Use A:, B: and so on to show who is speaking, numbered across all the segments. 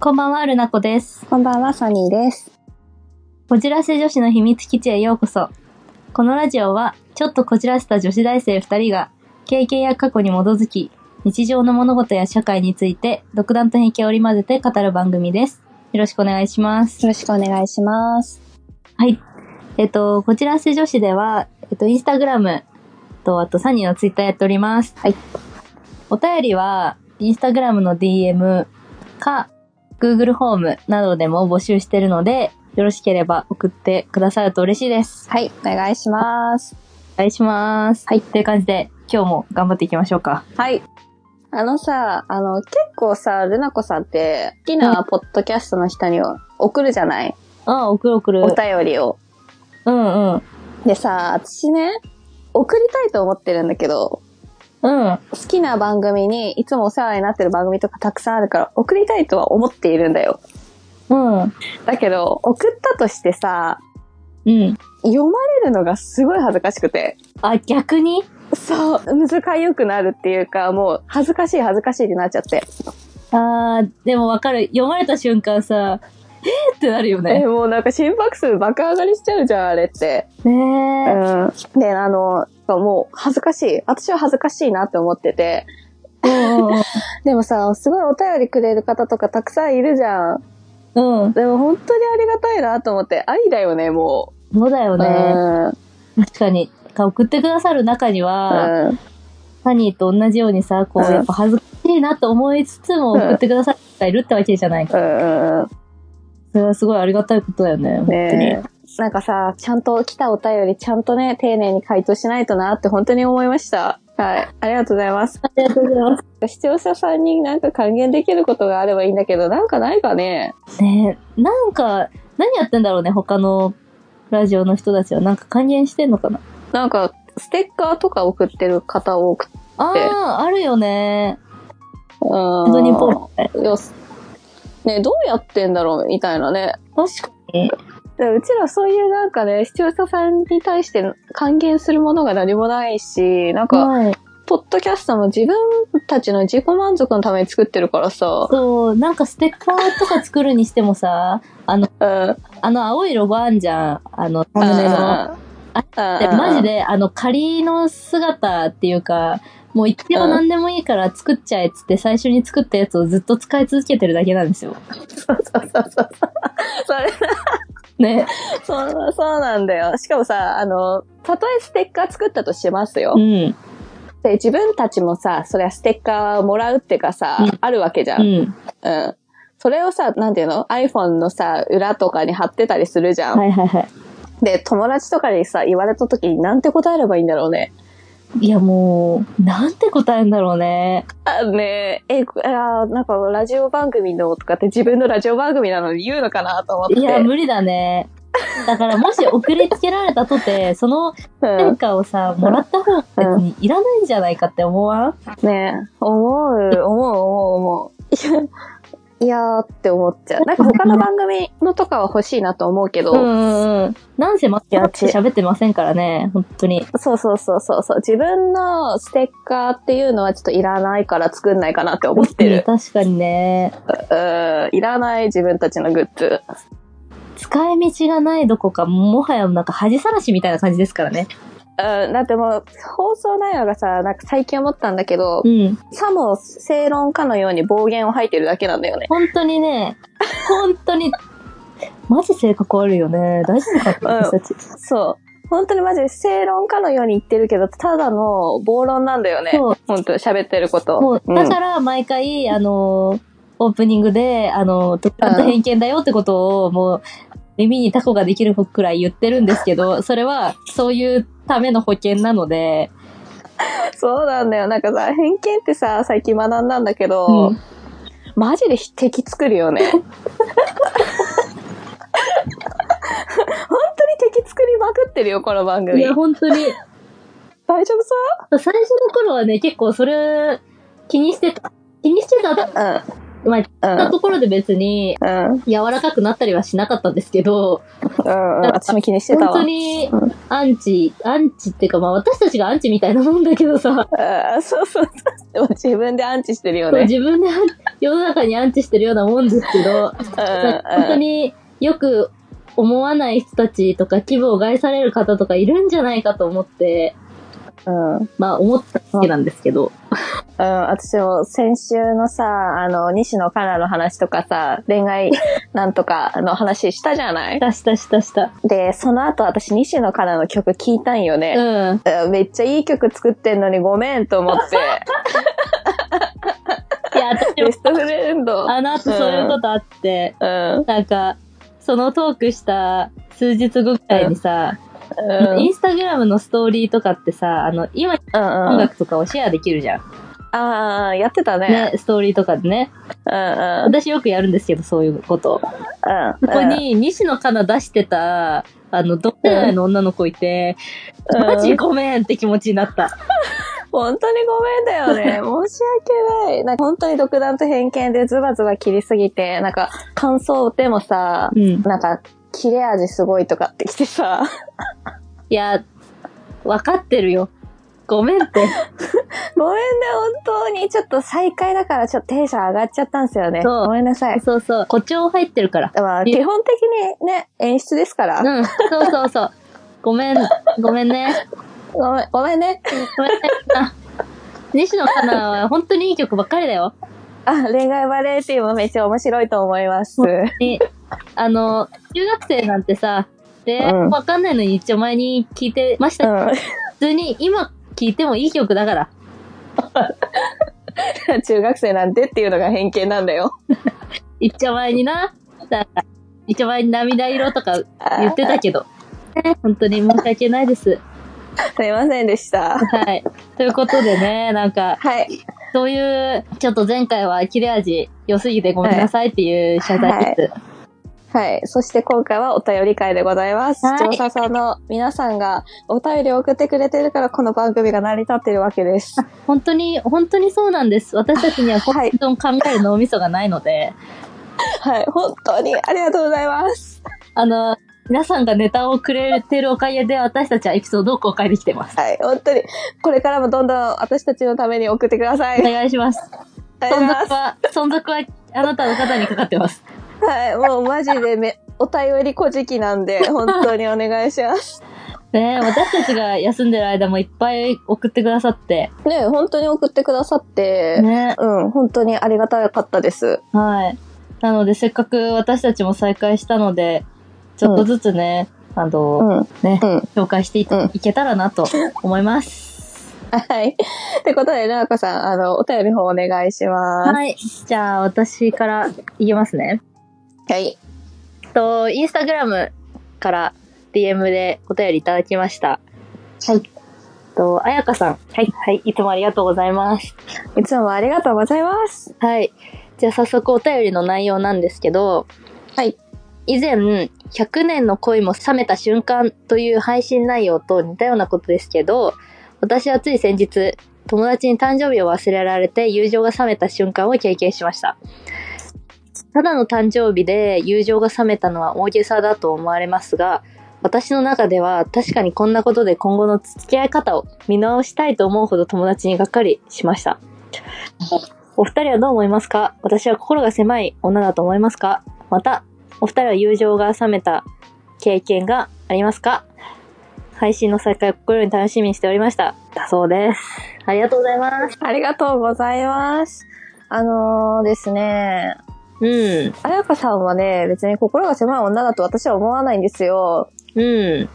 A: こんばんは、るなこです。
B: こんばんは、ソニーです。
A: こじらせ女子の秘密基地へようこそ。このラジオは、ちょっとこじらせた女子大生2人が、経験や過去に基づき、日常の物事や社会について、独断と偏見を織り交ぜて語る番組です。よろしくお願いします。
B: よろしくお願いします。
A: はい。えっと、こちらせ女子では、えっと、インスタグラムと、あと、サニーのツイッターやっております。
B: はい。
A: お便りは、インスタグラムの DM か、Google ホームなどでも募集してるので、よろしければ送ってくださると嬉しいです。
B: はい、お願いします。
A: お願いします。
B: はい
A: という感じで、今日も頑張っていきましょうか。
B: はい。あのさ、あの、結構さ、ルナコさんって、好きなポッドキャストの人に送るじゃない
A: あ、送る送る。
B: お便りを。
A: うんうん。
B: でさ、私ね、送りたいと思ってるんだけど、
A: うん。
B: 好きな番組に、いつもお世話になってる番組とかたくさんあるから、送りたいとは思っているんだよ。
A: うん。
B: だけど、送ったとしてさ、
A: うん。
B: 読まれるのがすごい恥ずかしくて。
A: あ、逆に
B: そう、難かゆくなるっていうか、もう、恥ずかしい恥ずかしいってなっちゃって。
A: あー、でもわかる。読まれた瞬間さ、えー、ってなるよ
B: え、
A: ね。
B: もうなんか心拍数爆上がりしちゃうじゃん、あれって。
A: ねえ。
B: うん。で、あの、もう、恥ずかしい。私は恥ずかしいなって思ってて。
A: うん
B: でもさ、すごいお便りくれる方とかたくさんいるじゃん。
A: うんうん。
B: でも本当にありがたいなと思って、愛だよね、も
A: そうだよ
B: う。
A: ね。
B: うん。
A: 確かに。送ってくださる中には、
B: うん。
A: サニーと同じようにさ、こう、
B: うん
A: やっぱ恥ずかしいなと思いつつも
B: うん
A: 送ってくださる人がいるってわけじゃないか。
B: うん。うん。
A: それはすごいありがたいことだよね。本当に。
B: ねえなんかさ、ちゃんと来たお便り、ちゃんとね、丁寧に回答しないとなって本当に思いました。はい。ありがとうございます。
A: ありがとうございま
B: 視聴者さんになんか還元できることがあればいいんだけど、なんかないかね。
A: す。ねえなんか、何やってんだろうね、他のラジオの人たちは。なんか還元してんのかな
B: なんか、ステッカーとか送ってる方多くて。
A: ああ、あるよね。
B: 本
A: 本当にポール。
B: よしね、どうやってんだろうみたいなね。
A: 確かに。
B: でうちらそういうなんかね、視聴者さんに対して還元するものが何もないし、なんか、
A: はい。
B: ポッドキャストも自分たちの自己満足のために作ってるからさ、
A: そう、なんかステッカーとか作るにしてもさ、あの、
B: うん。うん
A: あの青いロゴあんじゃん。あの、サムネの。で
B: あ
A: マジ。で、あの、仮の姿っていうか、もう一応何でもいいから作っちゃえっつって最初に作ったやつをずっと使い続けてるだけなんですよ。
B: そうそうそうそう。それ
A: ね。
B: そう、そうなんだよ。しかもさ、あの、たとえステッカー作ったとしますよ
A: う。ん。
B: で、自分たちもさ、そりゃステッカーもらうっていうかさ、
A: うん
B: あるわけじゃ。
A: うんん。
B: うん。それをさ、なんていうの ?iPhone のさ、裏とかに貼ってたりするじゃん。
A: はいはいは
B: で、友達とかにさ、言われた時になんて答えればいいんだろうね。
A: い。いやもう、なんて答えんだろうね。
B: あ、ねえ、え、あーなんかラジオ番組のとかって自分のラジオ番組なのに言うのかなと思って。
A: いや、無理だね。だからもし送りつけられたとて、その
B: う
A: 変
B: ん。
A: 化をさ、もらった方が別にいらないんじゃないかって思わん
B: ねえ、思う、思う、思う、思う。いや、いやーって思っちゃう。なんか他の番組のとかは欲しいなと思うけど、
A: うんうん。なんせまって喋ってませんからね、本当に。
B: そうそうそうそうそう。自分のステッカーっていうのはちょっといらないから作んないかなって思ってる。
A: 確かにね。
B: うん、いらない自分たちのグッズ。
A: 使い道がないどこか、もはやなんか恥さらしみたいな感じですからね。
B: うん、だってもう放送内容がさ、なんか最近思ったんだけど、
A: うん。
B: さも正論かのように暴言を吐いてるだけなんだよね。
A: 本当にね、本当に、マジ性格悪いよね。大丈夫かって
B: うん
A: 私たち。
B: そう。本当にマジで正論かのように言ってるけど、ただの暴論なんだよね。
A: そう。
B: 本当喋ってること。
A: もう、
B: ん
A: だから毎回、あのー、オープニングで、あのー、独断と偏見だよってことを、もう、耳にタコができるくらい言ってるんですけど、それは、そういうための保険なので、
B: そうなんだよ。なんかさ、偏見ってさ、最近学んだんだけど、
A: うん
B: マジで敵作る よね。本当に敵作りまくってるよ、この番
A: い
B: 組。
A: や、本当に、
B: 大丈
A: 最
B: 夫
A: 初の頃はね、結構それ、気にしてた。気にしてた。
B: さ
A: まあ、言っ
B: うん。
A: たところで別に、
B: うん。うん。
A: 柔らかくなったりはしなかったんですけど、
B: うん。うん。私も気にして
A: 本
B: たわ。
A: 当に
B: う、
A: アンチ、アンチっていうか、まあ私たちがアンチみたいなもんだけどさ、
B: うんそうそうそう。でも自分でアンチしてるよ
A: そう
B: ね。
A: 自分でアンチ、世の中にアンチしてるようなもんですけど、さ本当によく思わない人たちとか規模を害される方とかいるんじゃないかと思って、
B: うん。うん。
A: まあ思った好きなんですけど。
B: 私も先週のさ、あの、西野カナの話とかさ、恋愛なんとかの話したじゃない
A: したしたしたした。
B: で、その後私西野カナの曲聞いたんよね。
A: うん。
B: うんめっちゃいい曲作ってんのにごめんと思 って、
A: いや、私も
B: ベストフレンド。
A: あの後そういうことあって、
B: うん。うん
A: なんか、そのトークした数日後くらいにさ、
B: うん
A: インスタグラムのストーリーとかってさ、あの、今音
B: うん。
A: 楽とかをシェアできるじゃん。
B: ああ、やってたね。
A: ね、ストーリーとかでね。
B: うんうん。
A: 私よくやるんですけど、そういうこと。
B: うん。
A: そこに、西野カナ出してた、あの、同世代の女の子いて、
B: うん、
A: マジごめんって気持ちになった。
B: 本当にごめんだよね。 申し訳ない。なんか本当に独断と偏見でズバズバ切りすぎて、なんか感想でもさ、
A: うん。
B: なんか切れ味すごいとかってきてさ、
A: いや、わかってるよ。ごめん って。
B: ごめんね、本当に。ちょっと再開だからちょっとテンション上がっちゃったんですよね。
A: そう
B: ごめんなさい。
A: そうそう。誇張入ってるから。
B: まあ、基本的にね、演出ですから。
A: うん。そうそうそう。ごめん、ごめんね。
B: ごめん、ごめんね。
A: ごめんね。あ 西野カナは本当にいい曲ばっかりだよ。
B: あ、恋愛バラエティもめっちゃ面白いと思います。
A: であの、中学生なんてさ、で、
B: うん
A: わかんないのに一応前に聞いてましたけど
B: う
A: 普通に今聴いてもいい曲だから。
B: ん。 中学生なんてっていうのが偏見なんだよ。
A: 一丁前にな。だから一丁前に涙色とか言ってたけど。ね本当に申し訳ないです。
B: すいませんでした。
A: はい。ということでね、なんか、
B: はい。
A: そういう、ちょっと前回は切れ味良すぎてごめんなさいっていう謝罪です。
B: はい。そして今回はお便り会でございます。
A: はい
B: 視聴者さんの皆さんがお便りを送ってくれてるからこの番組が成り立ってるわ けです。
A: 本当に、本当にそうなんです。私たちには本
B: はい
A: 当に考える脳みそがないので、
B: はい。本当にありがとうございます。
A: あの、皆さんがネタをくれてるおかげで私たちはエピソードを公開できてます。
B: はい。本当にこれからもどんどん私たちのために送ってください。
A: お願いします。
B: ありがとう
A: 存
B: ござい
A: 続
B: ま
A: は、存続はあなたの方にかかってます。
B: す。はい。もうマジでめ、 お便り小じきなんで、本当にお願いします。
A: ねえ、私たちが休んでる間もいっぱい送ってくださって。
B: ねえ本当に送ってくださって、
A: ね
B: うん、本当にありがたかったです。
A: はい。なので、せっかく私たちも再開したので、ちょっとずつね、あ
B: う
A: の、
B: ん、うん。
A: ね、
B: は
A: 紹介してい,、
B: うん
A: けたらなと思います。
B: い。ってことで、ななこさん、あの、お便りの方お願いします。
A: はい。じゃあ、私からいきますね。
B: はい。
A: えっと、インスタグラムから DM でお便りいただきました。
B: はい。
A: えっと、あやかさん。はい。はい。いつもありがとうございます。
B: いつもありがとうございます。
A: はい。じゃあ早速お便りの内容なんですけど、
B: はい。
A: 以前、100年の恋も冷めた瞬間という配信内容と似たようなことですけど、私はつい先日、友達に誕生日を忘れられて友情が冷めた瞬間を経験しました。ただの誕生日で友情が冷めたのは大げさだと思われますが、私の中では確かにこんなことで今後の付き合い方を見直したいと思うほど友達にがっかりしました。お二人はどう思いますか私は心が狭い女だと思いますかまた、お二人は友情が冷めた経験がありますか配信の再開を心に楽しみにしておりました。だそうです。ありがとうございます。
B: ありがとうございます。あのーですね、
A: うん。
B: あやかさんはね、別に心が狭い女だと私は思わないんですよ。
A: うん。
B: っ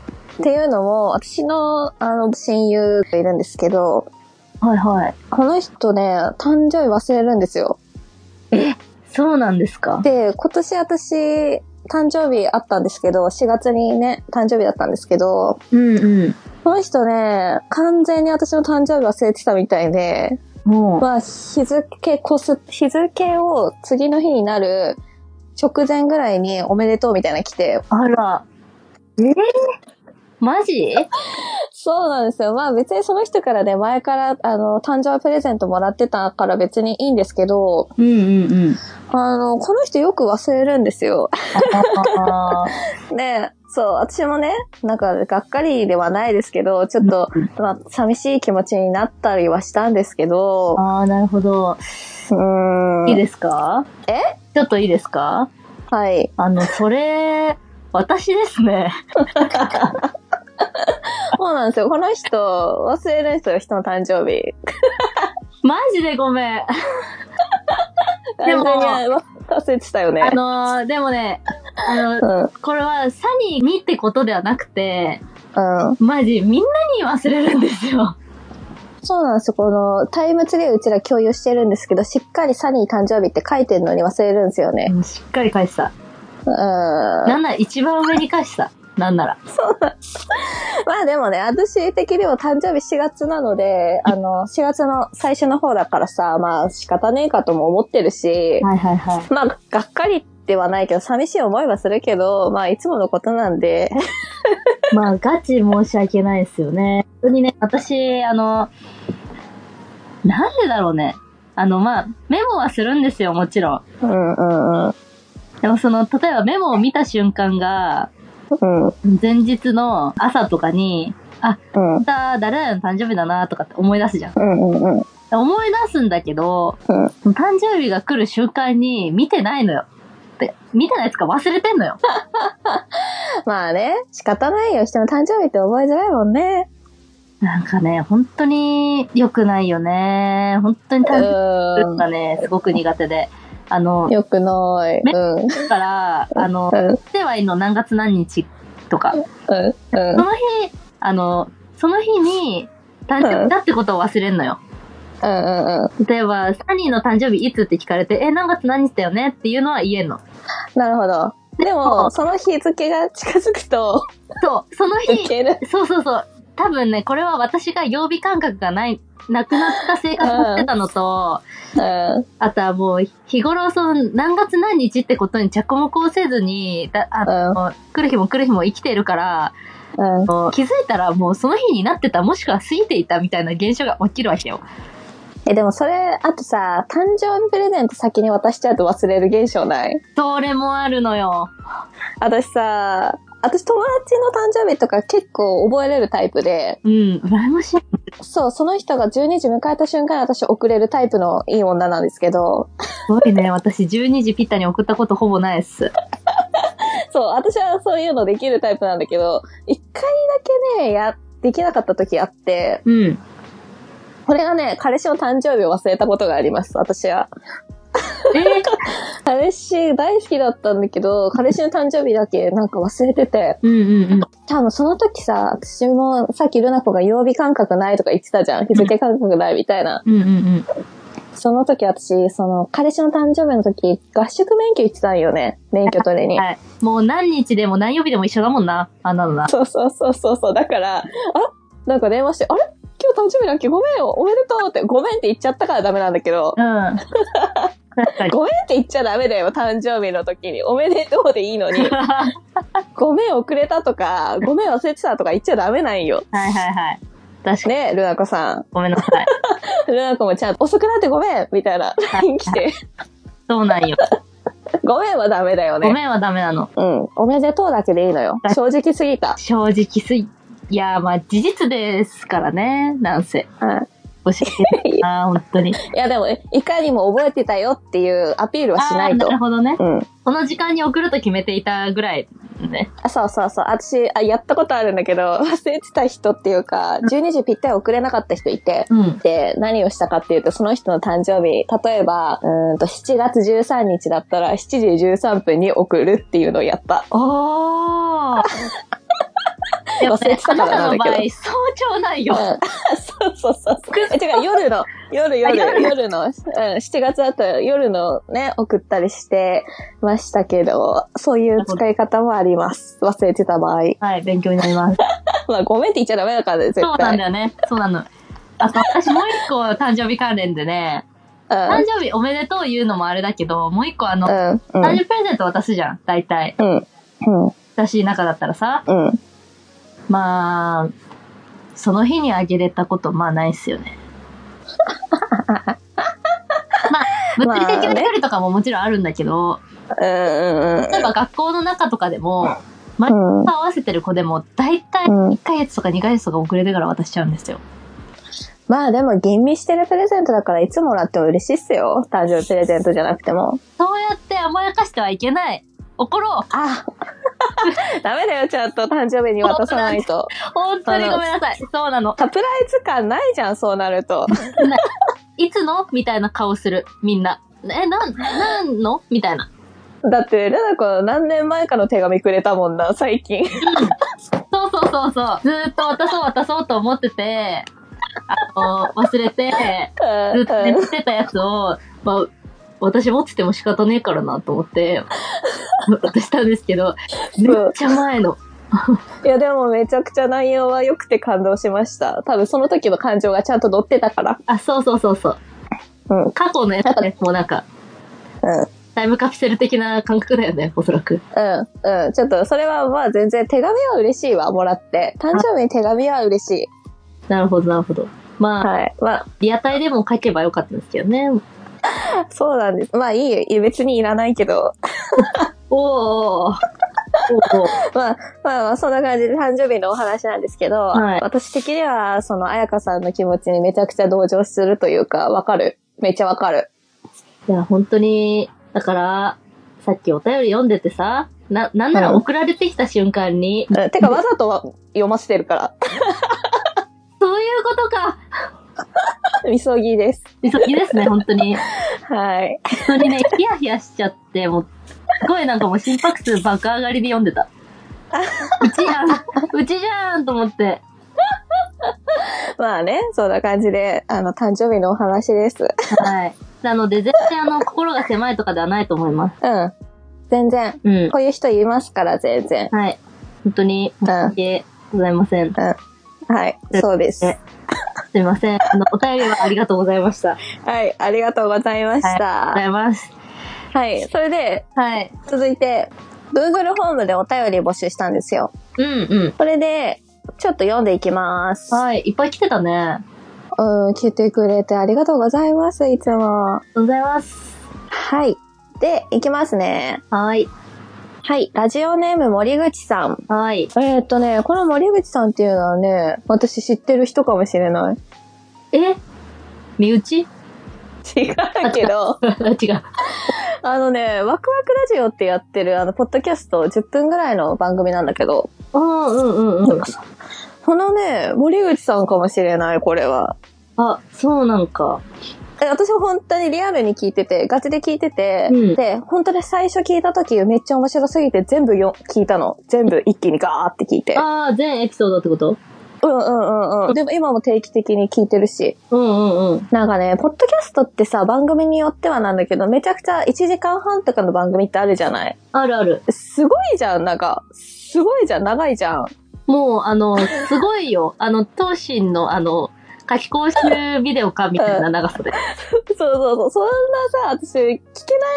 B: ていうのも、私の、あの、親友がいるんですけど、
A: はいはい。
B: この人ね、誕生日忘れるんですよ。
A: そうなんですか
B: で、今年私、誕生日あったんですけど、4月にね、誕生日だったんですけど、
A: うんうん。
B: この人ね、完全に私の誕生日忘れてたみたいで、
A: も
B: まあ、日付こす、日付を次の日になる直前ぐらいにおめでとうみたいなの来て、
A: う、あら。えマジ
B: そうなんですよ。まあ別にその人からね、前から、あの、誕生日プレゼントもらってたから別にいいんですけど、
A: うんうんうん。
B: あの、この人よく忘れるんですよ。
A: あ ー
B: で、そう、私もね、なんか、がっかりではないですけど、ちょっと、まあ、寂しい気持ちになったりはしたんですけど、
A: あー、なるほど。
B: うーん。
A: いいですか
B: え
A: ちょっといいですか
B: はい。
A: あの、それ、私ですね。
B: そうなんですよ。この人、忘れるんですよ、人の誕生日。
A: マジでごめん。でも
B: 完全に忘れてたよね
A: あ。のー、でもね、あの、
B: うん。うん。
A: これはサニーにってことではなくて、
B: そう
A: マジみんなに忘れるんですよ。
B: なんですよ。この、タイムツリーうちら共有してるんですけど、しっかりサニー誕生日って書いてるのに忘れるんですよね。
A: しっかり返してた。
B: うん。ま
A: なんなら一番上に返してた。なんなら。
B: あでもね、私的にも誕生日4月なので、あの、4月の最初の方だからさ、まあ仕方ねえかとも思ってるし、
A: はいはいはい。
B: まあ、がっかりではないけど、寂しい思いはするけど、まあいつものことなんで、
A: まあ、ガチ申し訳ないですよね。本当にね、私、あの、なんでだろうね。あの、まあ、メモはするんですよ、もちろん。
B: うんうんうん。
A: でもその、例えばメモを見た瞬間が、
B: うん
A: 前日の朝とかに、
B: うん。
A: また誰々の誕生日だなとかって思い出すじゃん。
B: うんうんうん。
A: 思い出すんだけど、
B: うん
A: 誕生日が来る瞬間に見てないのよ。で見てないっつうか忘れてんのよ。
B: まあね、仕方ないよ。人の誕生日って覚えづらいもんね。
A: なんかね、本当に良くないよね。本当に
B: う
A: 誕生日
B: ー
A: がね、すごく苦手で。あの
B: ん。、よくない。
A: ね
B: うん。うん。
A: だから、あの、
B: うん。
A: ではいいの何月何日とか、
B: うん。
A: その日、あの、その日に誕生日だってことを忘れんのよ。
B: うん。うん。
A: 例えば、サニーの誕生日いつって聞かれて、え、何月何日だよねっていうのは言えんの。
B: なるほど。でも、その日付が近づくと、
A: そう、その
B: い
A: 日、
B: ける。
A: そうそうそう。多分ね、これは私が曜日感覚がない、なくなった生活をしてたのと、
B: うん。
A: あとはもう、日頃その何月何日ってことに着目をせずに、だあの、来る日も来る日も生きているから、
B: うん。
A: 気づいたらもうその日になってた、もしくは過ぎていたみたいな現象が起きるわけよ。
B: え、でもそれ、あとさ、誕生日プレゼント先に渡しちゃうと忘れる現象ない
A: それもあるのよ。
B: 私さ、私友達の誕生日とか結構覚えれるタイプで、
A: うん、羨ましい。
B: そう、その人が12時迎えた瞬間に私遅れるタイプのいい女なんですけど、
A: すごいね。私12時ぴったりに送ったことほぼないっす。
B: そう、私はそういうのできるタイプなんだけど、一回だけね、や、できなかった時あって、
A: うん。
B: これがね、彼氏の誕生日を忘れたことがあります、私は。
A: え
B: 彼氏大好きだったんだけど、彼氏の誕生日だけなんか忘れてて、
A: うんうんうん。
B: 多分その時さ、私もさっきルナ子が曜日感覚ないとか言ってたじゃん。日付感覚ないみたいな。
A: うんうんうん。
B: その時私、その、彼氏の誕生日の時、合宿免許行ってたんよね。免許取りに。
A: はい。もう何日でも何曜日でも一緒だもんな。あんなのな。
B: そうそうそうそうそう。だから、あなんか電話して、あれ今日誕生日だっけごめんよおめでとうって、ごめんって言っちゃったからダメなんだけど、
A: うん。確かに。、
B: ごめんって言っちゃダメだよ、誕生日の時に。おめでとうでいいのに
A: はい
B: ごめん遅れたとか、ごめん忘れてたとか言っちゃダメなんよ。
A: はいはい。確かに。
B: ねルナコさ
A: ごめんなさい。
B: ん。ルナコもちゃんと遅くなってごめんみたいな LINE 来て、
A: そうなんよ。
B: ごめんはダメだよ
A: ご
B: ね。
A: めんはダメなの。
B: うん。おめでとうだけでいいの よ。正直すぎた。
A: 正直すい。いやーまあ事実ですからね。なんせ。
B: は
A: おしいな、本当に。
B: い。いやでも、いかにも覚えてたよっていうアピールはしない
A: あー
B: と
A: なる。ほどね。
B: うん。
A: この時間に送ると決めていたぐらいね。
B: あそうそうそう。私、あ、やったことあるんだけど、 忘れてた人っていうか、12時ぴったり遅れなかった人いて、
A: うん。
B: で、何をしたかっていうと、その人の誕生日、例えば、うーんと、7月13日だったら、7時13分に送るっていうのをやった。
A: おー。でも
B: 忘れ
A: ね
B: て、
A: あ
B: たか
A: なた
B: らな
A: の
B: ん
A: 場
B: だ
A: 合
B: け、ど。
A: 早朝ない
B: うん、
A: よ。
B: そうそうそうそう。え違う、夜の、夜、夜、
A: あ夜
B: 夜の、うん、7月だったら夜のね、送ったりしてましたけど、そういう使い方もあります。忘れてた場合。
A: はい、勉強になります。
B: まあ、ごめんって言っちゃダメだからね、絶対。
A: そうなんだよね。そうなの。あと、私もう一個誕生日関連でね、
B: うん
A: 誕生日おめでとう言うのもあれだけど、もう一個あの、誕
B: うん。
A: 生日プレゼント渡すじゃん、大体。
B: うん。うん。
A: 私中だったらさ、
B: うん。
A: まあ、その日にあげれたこと、まあないっすよね。まあ、物理的な距離とかももちろんあるんだけど、
B: うん
A: 例えば学校の中とかでも、
B: うん。
A: 合わせてる子でも、大体
B: うん
A: 1ヶ月とか2ヶ月とか遅れてから渡しちゃうんですよ。
B: まあでも、吟味してるプレゼントだから、いつもらっても嬉しいっすよ。誕生日プレゼントじゃなくても。
A: そうやって甘やかしてはいけない。怒ろう。
B: あダメだよ、ちゃんと誕生日に渡さないと。
A: 本当にごめんなさい。そうなの。
B: サプライズ感ないじゃん、そうなると。
A: いつのみたいな顔する。みんな。え、なん、なんのみたいな。
B: だって、レナ子何年前かの手紙くれたもんな、最近。
A: そうそうそうそう。ずーっと渡そう渡そうと思ってて、あの、忘れて、ずっと寝てたやつを、まあ、私持ってても仕方ねえからなと思って、渡したんですけど、めっちゃ前の。
B: いや、でもめちゃくちゃ内容は良くて感動しました。多分その時の感情がちゃんと乗ってたから。
A: あ、そうそうそうそう。
B: うん。うん。
A: 過去のやつね、もうなんか、タイムカプセル的な感覚だよね、おそらく。
B: うん。うん。ちょっと、それはまあ全然手紙は嬉しいわ、もらって。誕生日に手紙は嬉しい。
A: なるほど、なるほど。まあ、
B: はい。ま
A: リアタイでも書けばよかったんですけどね。
B: あ、そうなんです。まあいいよ。別にいらないけど。
A: おーおーおー
B: まあ、まあまあ、そんな感じで誕生日のお話なんですけど、
A: はい
B: 私的には、その、彩香さんの気持ちにめちゃくちゃ同情するというか、わかる。めっちゃわかる。
A: いや、本当に、だから、さっきお便り読んでてさ、な、なんなら
B: うん
A: 送られてきた瞬間に、
B: うんてか、わざとは読ませてるから。
A: そういうことか
B: みそぎです。
A: 急ぎですね、本当に。
B: はい。
A: 本当にね、ヒヤヒヤしちゃって、もう、すごいなんかもう心拍数爆上がりで読んでた。うちやんうちじゃんと思って。
B: まあね、そんな感じで、あの、誕生日のお話です。
A: はい。なので、全然あの、心が狭いとかではないと思います。
B: うん。全然。
A: うん。
B: こういう人いますから、全然。
A: はい。本当に、
B: うん
A: 申し訳ございません。
B: はい。そうです。
A: えすいません。あの、お便りはありがとうございました。あり
B: はい。ありがとうございまし
A: がとうござ
B: た。
A: います。
B: はい。それで、
A: はい。
B: 続いて、Google ホームでお便り募集したんですよ。
A: うんうん。
B: これで、ちょっと読んでいきます。
A: はい。いっぱい来てたね。あ
B: うん、聞いてくれてありがとうございます、いつも。
A: りがとうございます。
B: はい。で、いきますね。
A: はい。
B: はい。ラジオネーム森口さん。
A: はい。
B: えーっとね、この森口さんっていうのはね、私知ってる人かもしれない。
A: え身内 違う。
B: 違うけど、 あのね、ワクワクラジオってやってる、あの、ポッドキャスト10分ぐらいの番組なんだけど、
A: うんうんうんうん。
B: このね、森口さんかもしれない、これは。
A: あ、そうなんか。
B: え私は本当にリアルに聞いてて、ガチで聞いてて、
A: うん
B: で、本当に最初聞いた時めっちゃ面白すぎて全部よ聞いたの。全部一気にガーって聞いて。
A: ああ、全エピソードってこと
B: うんうんうんうん。でも今も定期的に聞いてるし。
A: うんうんうん。
B: なんかね、ポッドキャストってさ、番組によってはなんだけど、めちゃくちゃ1時間半とかの番組ってあるじゃない
A: あるある。
B: すごいじゃん、なんか。すごいじゃん、長いじゃん。
A: もう、あの、すごいよ。 あの、東進の、あの、夏期講習ビデオかみたいな長さで。は
B: そうそうそう。そんなさ、私、聞け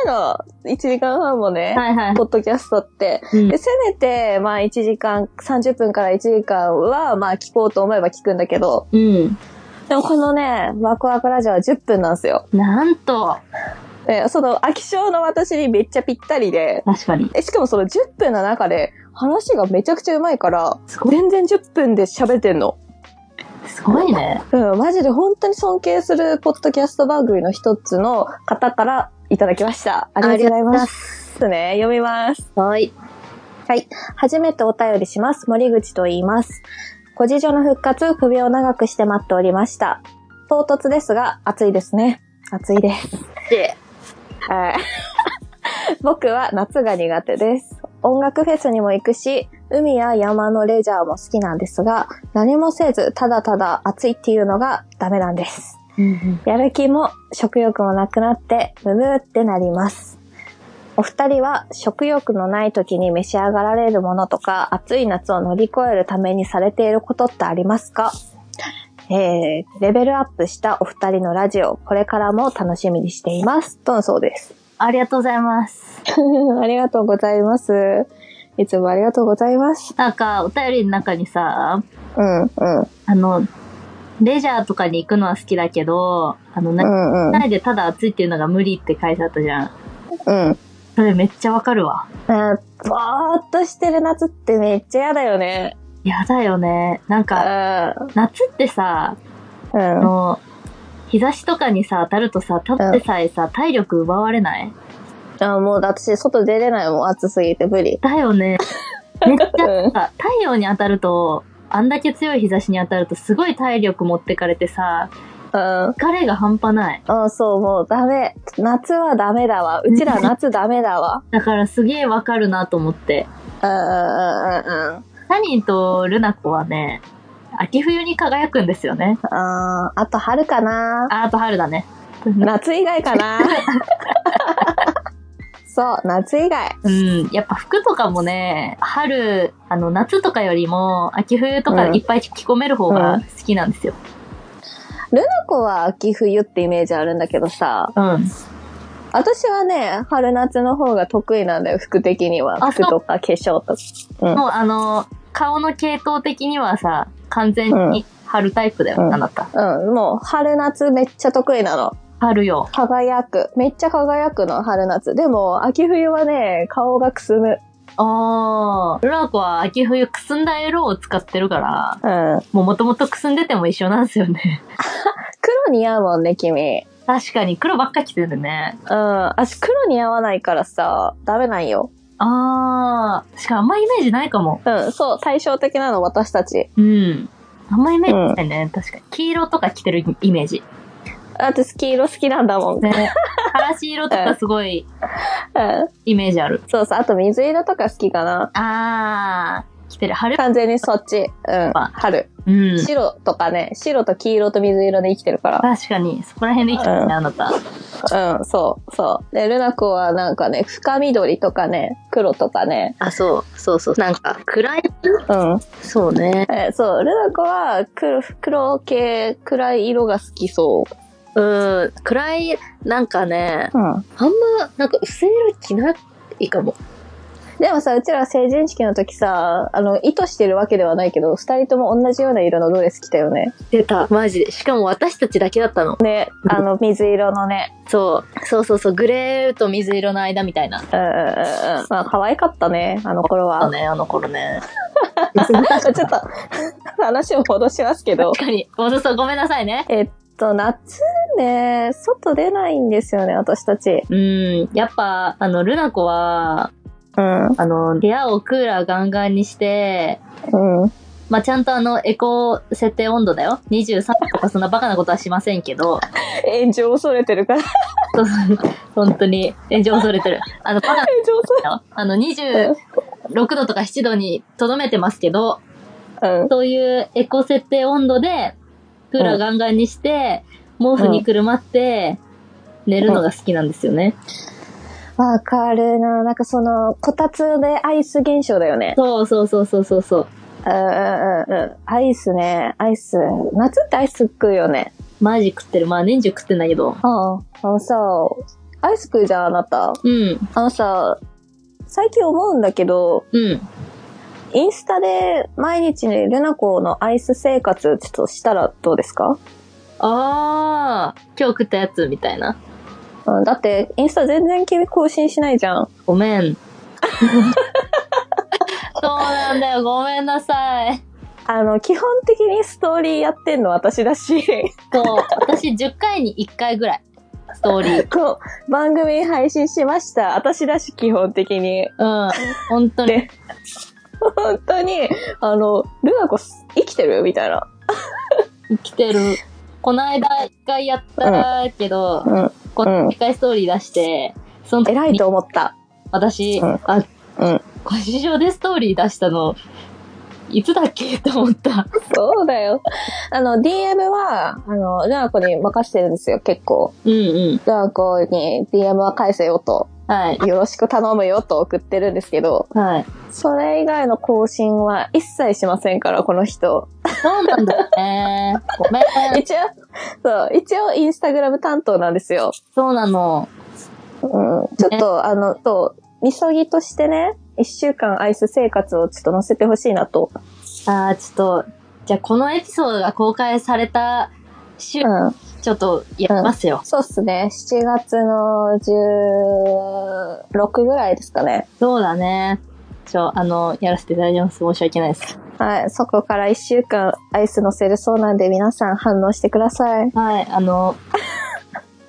B: ないの。1時間半もね、
A: いはい。
B: ポッドキャストって。
A: うん
B: で、せめて、まあ1時間、30分から1時間は、まあ聞こうと思えば聞くんだけど、
A: うん。
B: でもこのね、ワクワクラジオは10分なんですよ。
A: なんと、
B: で、その、飽き性の私にめっちゃぴったりで、
A: 確かに。
B: え、しかもその10分の中で、話がめちゃくちゃうまいから、
A: すごい、
B: 全然10分で喋ってんの。
A: すごいね。
B: うん、マジで本当に尊敬するポッドキャスト番組の一つの方からいただきました。ありがとうございます。ね、読みます。
A: はい。
B: はい。初めてお便りします。森口と言います。ご事情の復活、首を長くして待っておりました。唐突ですが、暑いですね。暑いです。
A: で、
B: はい。 僕は夏が苦手です。音楽フェスにも行くし、海や山のレジャーも好きなんですが、何もせず、ただただ暑いっていうのがダメなんです。やる気も食欲もなくなって、むむってなります。お二人は食欲のない時に召し上がられるものとか、暑い夏を乗り越えるためにされていることってありますかえー、レベルアップしたお二人のラジオ、これからも楽しみにしています。とのそうです。
A: ありがとうございます。
B: ありがとうございます。いつもありがとうございます。
A: なんか、お便りの中にさ、
B: うん、うん、
A: あの、レジャーとかに行くのは好きだけど、あの、
B: う
A: な、
B: ん、うん、
A: ないでただ暑いっていうのが無理って書いてあったじゃん。
B: うん。
A: それめっちゃわかるわ。
B: あーぼーっとしてる夏ってめっちゃ嫌だよね。
A: やだよね。なんか、
B: あ
A: 夏ってさ、
B: ーう
A: あ
B: ん。
A: の、日差しとかにさ、当たるとさ、立ってさえさ、体力奪われない
B: あーもう私外出れないもん、暑すぎて無理。
A: だよ ね。めっち
B: う
A: ゃ
B: ん
A: さ、太陽に当たると、あんだけ強い日差しに当たると、すごい体力持ってかれてさ、
B: うん。あ
A: 疲れが半端ない。
B: ーそう、もうダメ。夏はダメだわ。うちら夏ダメだわ。
A: だからすげえわかるなと思って。
B: うん、うん、うん、うん。
A: サニーとルナコはね、秋冬に輝くんですよね。
B: あーあと春かな。
A: あーあと春だね。
B: 夏以外かな。そう、夏以外。
A: うん。やっぱ服とかもね、春、あの、夏とかよりも、秋冬とかいっぱい着込める方が好きなんですよ。
B: ルナ子は秋冬ってイメージあるんだけどさ、
A: うん。
B: 私はね、春夏の方が得意なんだよ、服的には。
A: あそう
B: 服とか化粧とか。うん
A: もう、あの、顔の系統的にはさ、完全に春タイプだよ、
B: うん
A: あなた。
B: うん、もう春夏めっちゃ得意なの。
A: 春よ。
B: 輝く。めっちゃ輝くの、春夏。でも、秋冬はね、顔がくすむ。
A: あー、ルナコは秋冬くすんだエロを使ってるから、
B: うん。
A: もうもともとくすんでても一緒なんですよね。
B: 黒似合うもんね、君。
A: 確かに黒ばっか着てるね。
B: うん。私黒似合わないからさ、ダメなんよ。
A: あー、確かあんまイメージないかも。
B: うん、そう、対照的なの、私たち。
A: うん。あんまイメージないね、確かに。黄色とか着てるイメージ。
B: だって黄色好きなんだ もん。うん。
A: ね。からし色とかすごいイメージある。
B: そうそう、あと水色とか好きかな。
A: あー、着てる。春
B: 完全にそっち。うん。
A: あ
B: 春。
A: うん。
B: 白とかね、白と黄色と水色で生きてるか
A: 確かに、そこら辺で生きてる
B: うん
A: ね、あなた。
B: ら。うん、そう、そう。で、ルナ子はなんかね、深緑とかね、黒とかね。
C: あ、そう、そうそう。なんか、暗い、
B: うん。
C: そうね。
B: えそう、ルナ子は黒、黒系、暗い色が好きそ
C: うん、暗い、なんかね、
B: う。うん。
C: あんま、なんか薄い色着ないかも。
B: でもさ、うちら成人式の時さ、あの、意図してるわけではないけど、二人とも同じような色のドレス着たよね。
C: 出た、マジで。しかも私たちだけだったの。
B: ね、あの、水色のね。
C: そう、そうそうそう、グレーと水色の間みたいな。
B: うんうんうんうん。まあ、可愛かったね、あの頃
A: あ
B: は。
A: ね、あの頃ね。
B: ちょっと、話を戻しますけど。
A: 確かに。ごめんなさいごめんなさいね。
B: えっと、夏ね、外出ないんですよね、私たち。
A: うん。やっぱ、あの、ルナ子は、
B: うん。
A: あの、部屋をクーラーガンガンにして、
B: うん。
A: まあ、ちゃんとあの、エコー設定温度だよ。23とかそんなバカなことはしませんけど、
B: 炎上恐れてるから。
A: そうそう本当に、炎上恐れてる。あの、バカなこ
B: 炎上恐
A: とだよ。あの、26度とか7度に留めてますけど、
B: れうん。
A: そういうエコ設定温度で、クーラーガンガンにして、毛布にくるまって、寝るのが好きなんですよね。
B: わかるな。なんかその、こたつでアイス現象だよね。
A: そうそうそうそうそうそう。
B: うんうんうんうん。アイスね、アイス。夏ってアイス食うよね。
A: マジ食ってる。まあ年中食ってんだけど。
B: うん。あのさ、アイス食うじゃん、あなた。
A: うん、
B: あのさ、最近思うんだけど、
A: うん。
B: インスタで毎日ね、ルナ子のアイス生活ちょっとしたらどうですか
A: ああ、今日食ったやつみたいな。
B: うん、だって、インスタ全然君更新しないじゃん。
A: ごめん。そうなんだよ。ごめんなさい。
B: あの、基本的にストーリーやってんの私だし、
A: そう。私10回に1回ぐらい。ストーリー。
B: こう、番組配信しました。私だし、基本的に。
A: うん。本当に。
B: で本当に、あの、ルナ子生きてるみたいな。
A: 生きてる。この間1回やったけど、
B: うん。
A: この1回ストーリー出して、その時
B: 偉いと思った。
A: 私、
B: うん
A: あ、
B: うん。
A: 腰上でストーリー出したの、いつだっけと思った。
B: そうだよ。あの、DM は、あの、ルナ子に任せてるんですよ、結構。
A: うんうん。
B: ルナ子に DM は返せよと、
A: はい。
B: よろしく頼むよと送ってるんですけど、
A: はい。
B: それ以外の更新は一切しませんから、この人。
A: そうなんだね。ごめん。
B: 一応、そう、一応インスタグラム担当なんですよ。
A: そうなの。
B: うん。ちょっと、あの、そう、みそぎとしてね、一週間アイス生活をちょっと載せてほしいなと。
A: あー、ちょっと、じゃあこのエピソードが公開された週、
B: うん。
A: ちょっとやりますよ。
B: そうっすね。7月の16ぐらいですかね。
A: そうだね。ちょ、あの、やらせていただきます。申し訳ないです。
B: はい。そこから一週間アイス載せるそうなんで皆さん反応してください。
A: はい、あ の、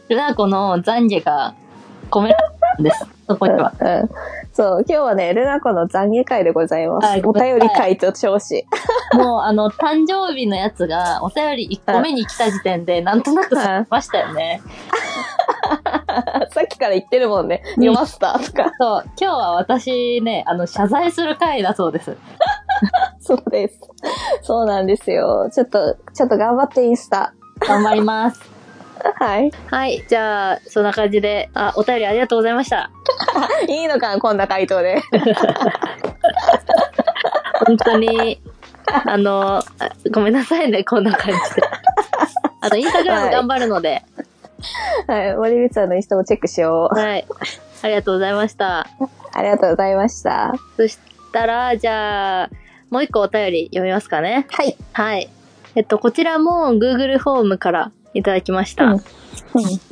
A: ルナコの懺悔が込められたんです。そこ
B: うん、
A: に
B: うん
A: は。。
B: そう、今日はね、ルナコの懺悔会でございます。
A: はい
B: お便り会と称し。
A: もう、あの、誕生日のやつがお便り1個目に来た時点で、なんとなくされましたよね。
B: さっきから言ってるもんね。読ませたとか。
A: そう、今日は私ね、あの、謝罪する回だそうです。
B: そうです。そうなんですよ。ちょっと、ちょっと頑張ってインスタ。
A: 頑張ります。
B: はい。
C: はい、じゃあ、そんな感じで、あ、お便りありがとうございました。
B: いいのかな、こんな回答で。
C: 本当 に、あの、あごめんなさいね、こんな感じで。 あと、インスタグラム頑張るので、
B: はい。森光さんのインスタもチェックしよう。
C: はい、ありがとうございました。
B: ありがとうございました。
C: そしたら、じゃあ、もう一個お便り読みますかね。
B: はい。
C: はい。えっと、こちらも Google フォームからいただきました。
B: う
C: え
B: ん
C: っ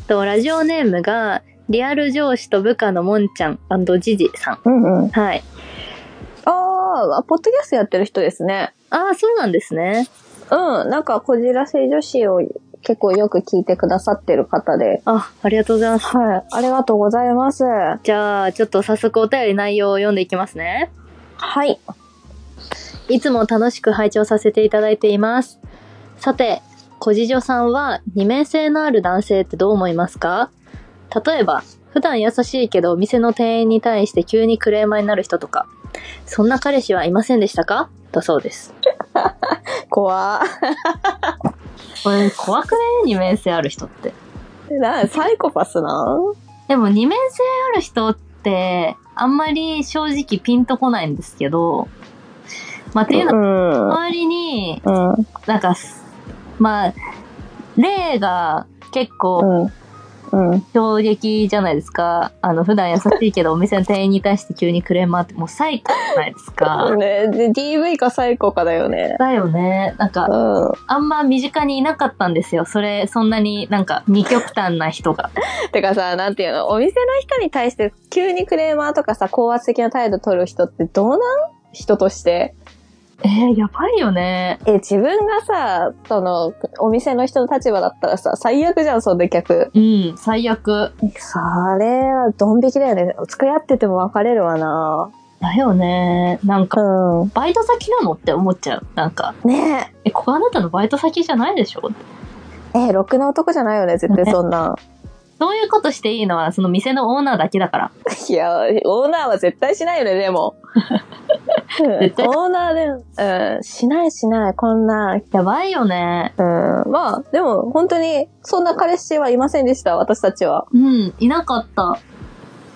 C: と、ラジオネームが、リアル上司と部下のもんちゃんジジさん。
B: うんうん。うん。
C: はい。
B: ああ、ポッドキャストやってる人ですね。
C: ああ、そうなんですね。
B: うん。なんか、こじらせ女子を結構よく聞いてくださってる方で。
C: あ、ありがとうございます。
B: はい。ありがとうございます。は
C: じゃあ、ちょっと早速お便り内容を読んでいきますね。
B: い。
C: いつも楽しく拝聴させていただいています。さて、小次女さんは二面性のある男性ってどう思いますか例えば、普段優しいけどお店の店員に対して急にクレーマーになる人とか、そんな彼氏はいませんでしたかだそうです。
B: 怖
A: これ、怖くね二面性ある人って。
B: な、サイコパスなん
A: でも二面性ある人って、あんまり正直ピンとこないんですけど、まあ、っていうのは、
B: ん。
A: 周りに、
B: うん。
A: なんか、まあ、例が結構
B: うん。うん。
A: 衝撃じゃないですか。あの、普段優しいけど、お店の店員に対して急にクレーマーって、もう最高じゃないですか。
B: ね、で DV かサイコかだよね。
A: だよね。なんか
B: う、ん。
A: あんま身近にいなかったんですよ。それ、そんなになんか二極端な人が。
B: てかさ、なんていうの、お店の人に対して急にクレーマーとかさ、高圧的な態度取る人ってどうなん人として。
A: えー、やばいよね。
B: え、自分がさ、その、お店の人の立場だったらさ、最悪じゃん、そんな客。
A: うん、最悪。
B: それは、ドン引きだよね。付き合ってても別れるわな
A: だよね。なんか、
B: う
A: バイト先なのって思っちゃう。なんか、
B: ん。ね
A: え、ここあなたのバイト先じゃないでしょ
B: え。え、ろくな男じゃないよね、絶対そんなん。
A: そういうことしていいのは、その店のオーナーだけだから。
B: いや、オーナーは絶対しないよね、で も。うん
A: 絶対
B: オーナーで、うん、しないしない、こんな、
A: やばいよね。
B: うんまあ、でも本当に、そんな彼氏はいませんでした、私たちは。
A: うん、いなかった。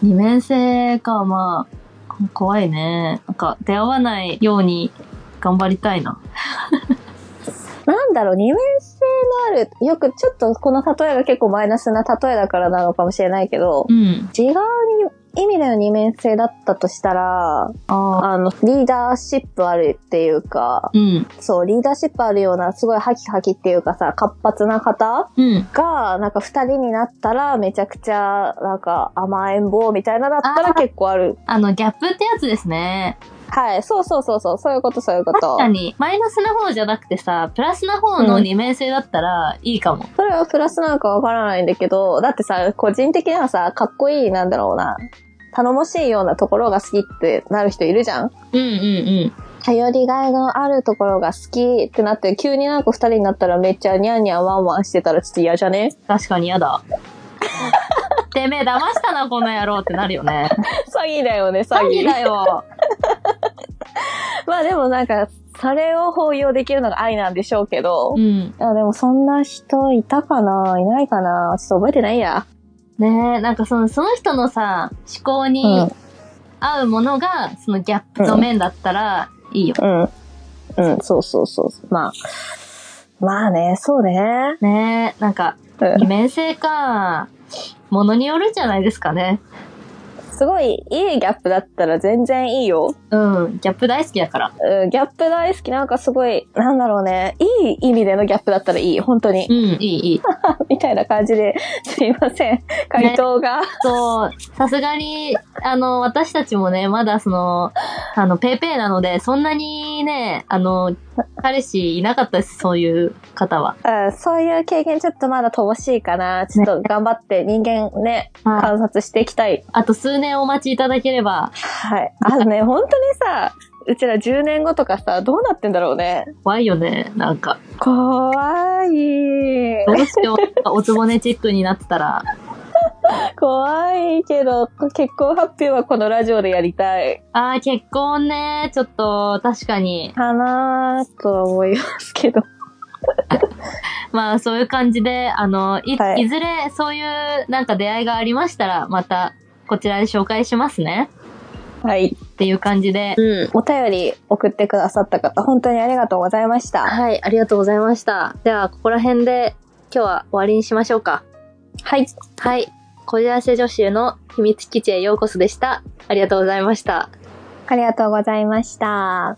A: 二面性か、まあ、怖いね。なんか、出会わないように頑張りたいな。
B: なんだろう、二面性のある、よくちょっとこの例えが結構マイナスな例えだからなのかもしれないけど
A: う、ん。
B: 違うに意味での二面性だったとしたら、
A: ああ。
B: あの、リーダーシップあるっていうか、
A: うん。
B: そう、リーダーシップあるような、すごいハキハキっていうかさ、活発な方
A: うん。
B: が、なんか二人になったら、めちゃくちゃ、なんか甘えん坊みたいなだった
A: あ
B: ら
A: ー
B: 結構ある。
A: あの、ギャップってやつですね。
B: はい、そうそうそうそう、そういうことそういうこと。
A: 確かに、マイナスな方じゃなくてさ、プラスな方の二面性だったらいいかも。
B: それはプラスなのかわからないんだけど、だってさ、個人的にはさ、かっこいい、なんだろうな、頼もしいようなところが好きってなる人いるじゃん
A: うんうん
B: 頼りがいのあるところが好きってなって、急になんか二人になったらめっちゃニャンニャンワンワンしてたらちょっと嫌じゃね
A: うん。確かに嫌 だ。てめえ騙したな、この野郎ってなるよね。
B: 詐欺だよね、詐
A: 詐
B: 欺。
A: 欺だよ。
B: まあでもなんか、それを包容できるのが愛なんでしょうけど
A: う、ん。
B: あでもそんな人いたかないないかなちょっと覚えてないや。
A: ねえ、なんかその、その人のさ、思考に
B: うん
A: 合うものが、そのギャップの面だったら、いいよ。
B: うん。うん、そうそうそう。まあ。まあね、そうね。
A: ねえ、なんか、
B: うん
A: 二面性か、ものによるんじゃないですかね。
B: すごいいいギャップだったら全然いいよ。
A: うん。ギャップ大好きだから。
B: うん、ギャップ大好き。なんかすごい、なんだろうね。いい意味でのギャップだったらいい。本当に
C: う。ん。
A: いい、いい。
B: みたいな感じで、 すいません。回答が。
A: そう、さすがに、あの、私たちもね、まだその、あの、ペーペーなので、そんなにね、あの、彼氏いなかったです、そういう方は。
B: うん、そういう経験ちょっとまだ乏しいかな。ちょっと頑張って人間ね、
A: はい。
B: 観察していきたい。
A: あと数年お待ちいただければ、
B: はい。あのね、 本当にさ、うちら10年後とかさ、どうなってんだろうね。
A: 怖いよね、なんか。
B: 怖い
A: ど。うしよう、おつぼねチックになってたら、
B: 怖いけど、結婚発表はこのラジオでやりたい。
A: あー、結婚ね、ちょっと、確かに。
B: かなーとは思いますけど。
A: まあ、そういう感じで、あの、い、、
B: はいい
A: ずれ、そういう、なんか出会いがありましたら、また、こちらで紹介しますね。
B: はい。
A: っていう感じで、
C: うん。
B: お便り送ってくださった方、本当にありがとうございました。
C: はい、ありがとうございました。では、ここら辺で今日は終わりにしましょうか。
B: はい。
C: はい。こじらせ女子への秘密基地へようこそでした。ありがとうございました。
B: ありがとうございました。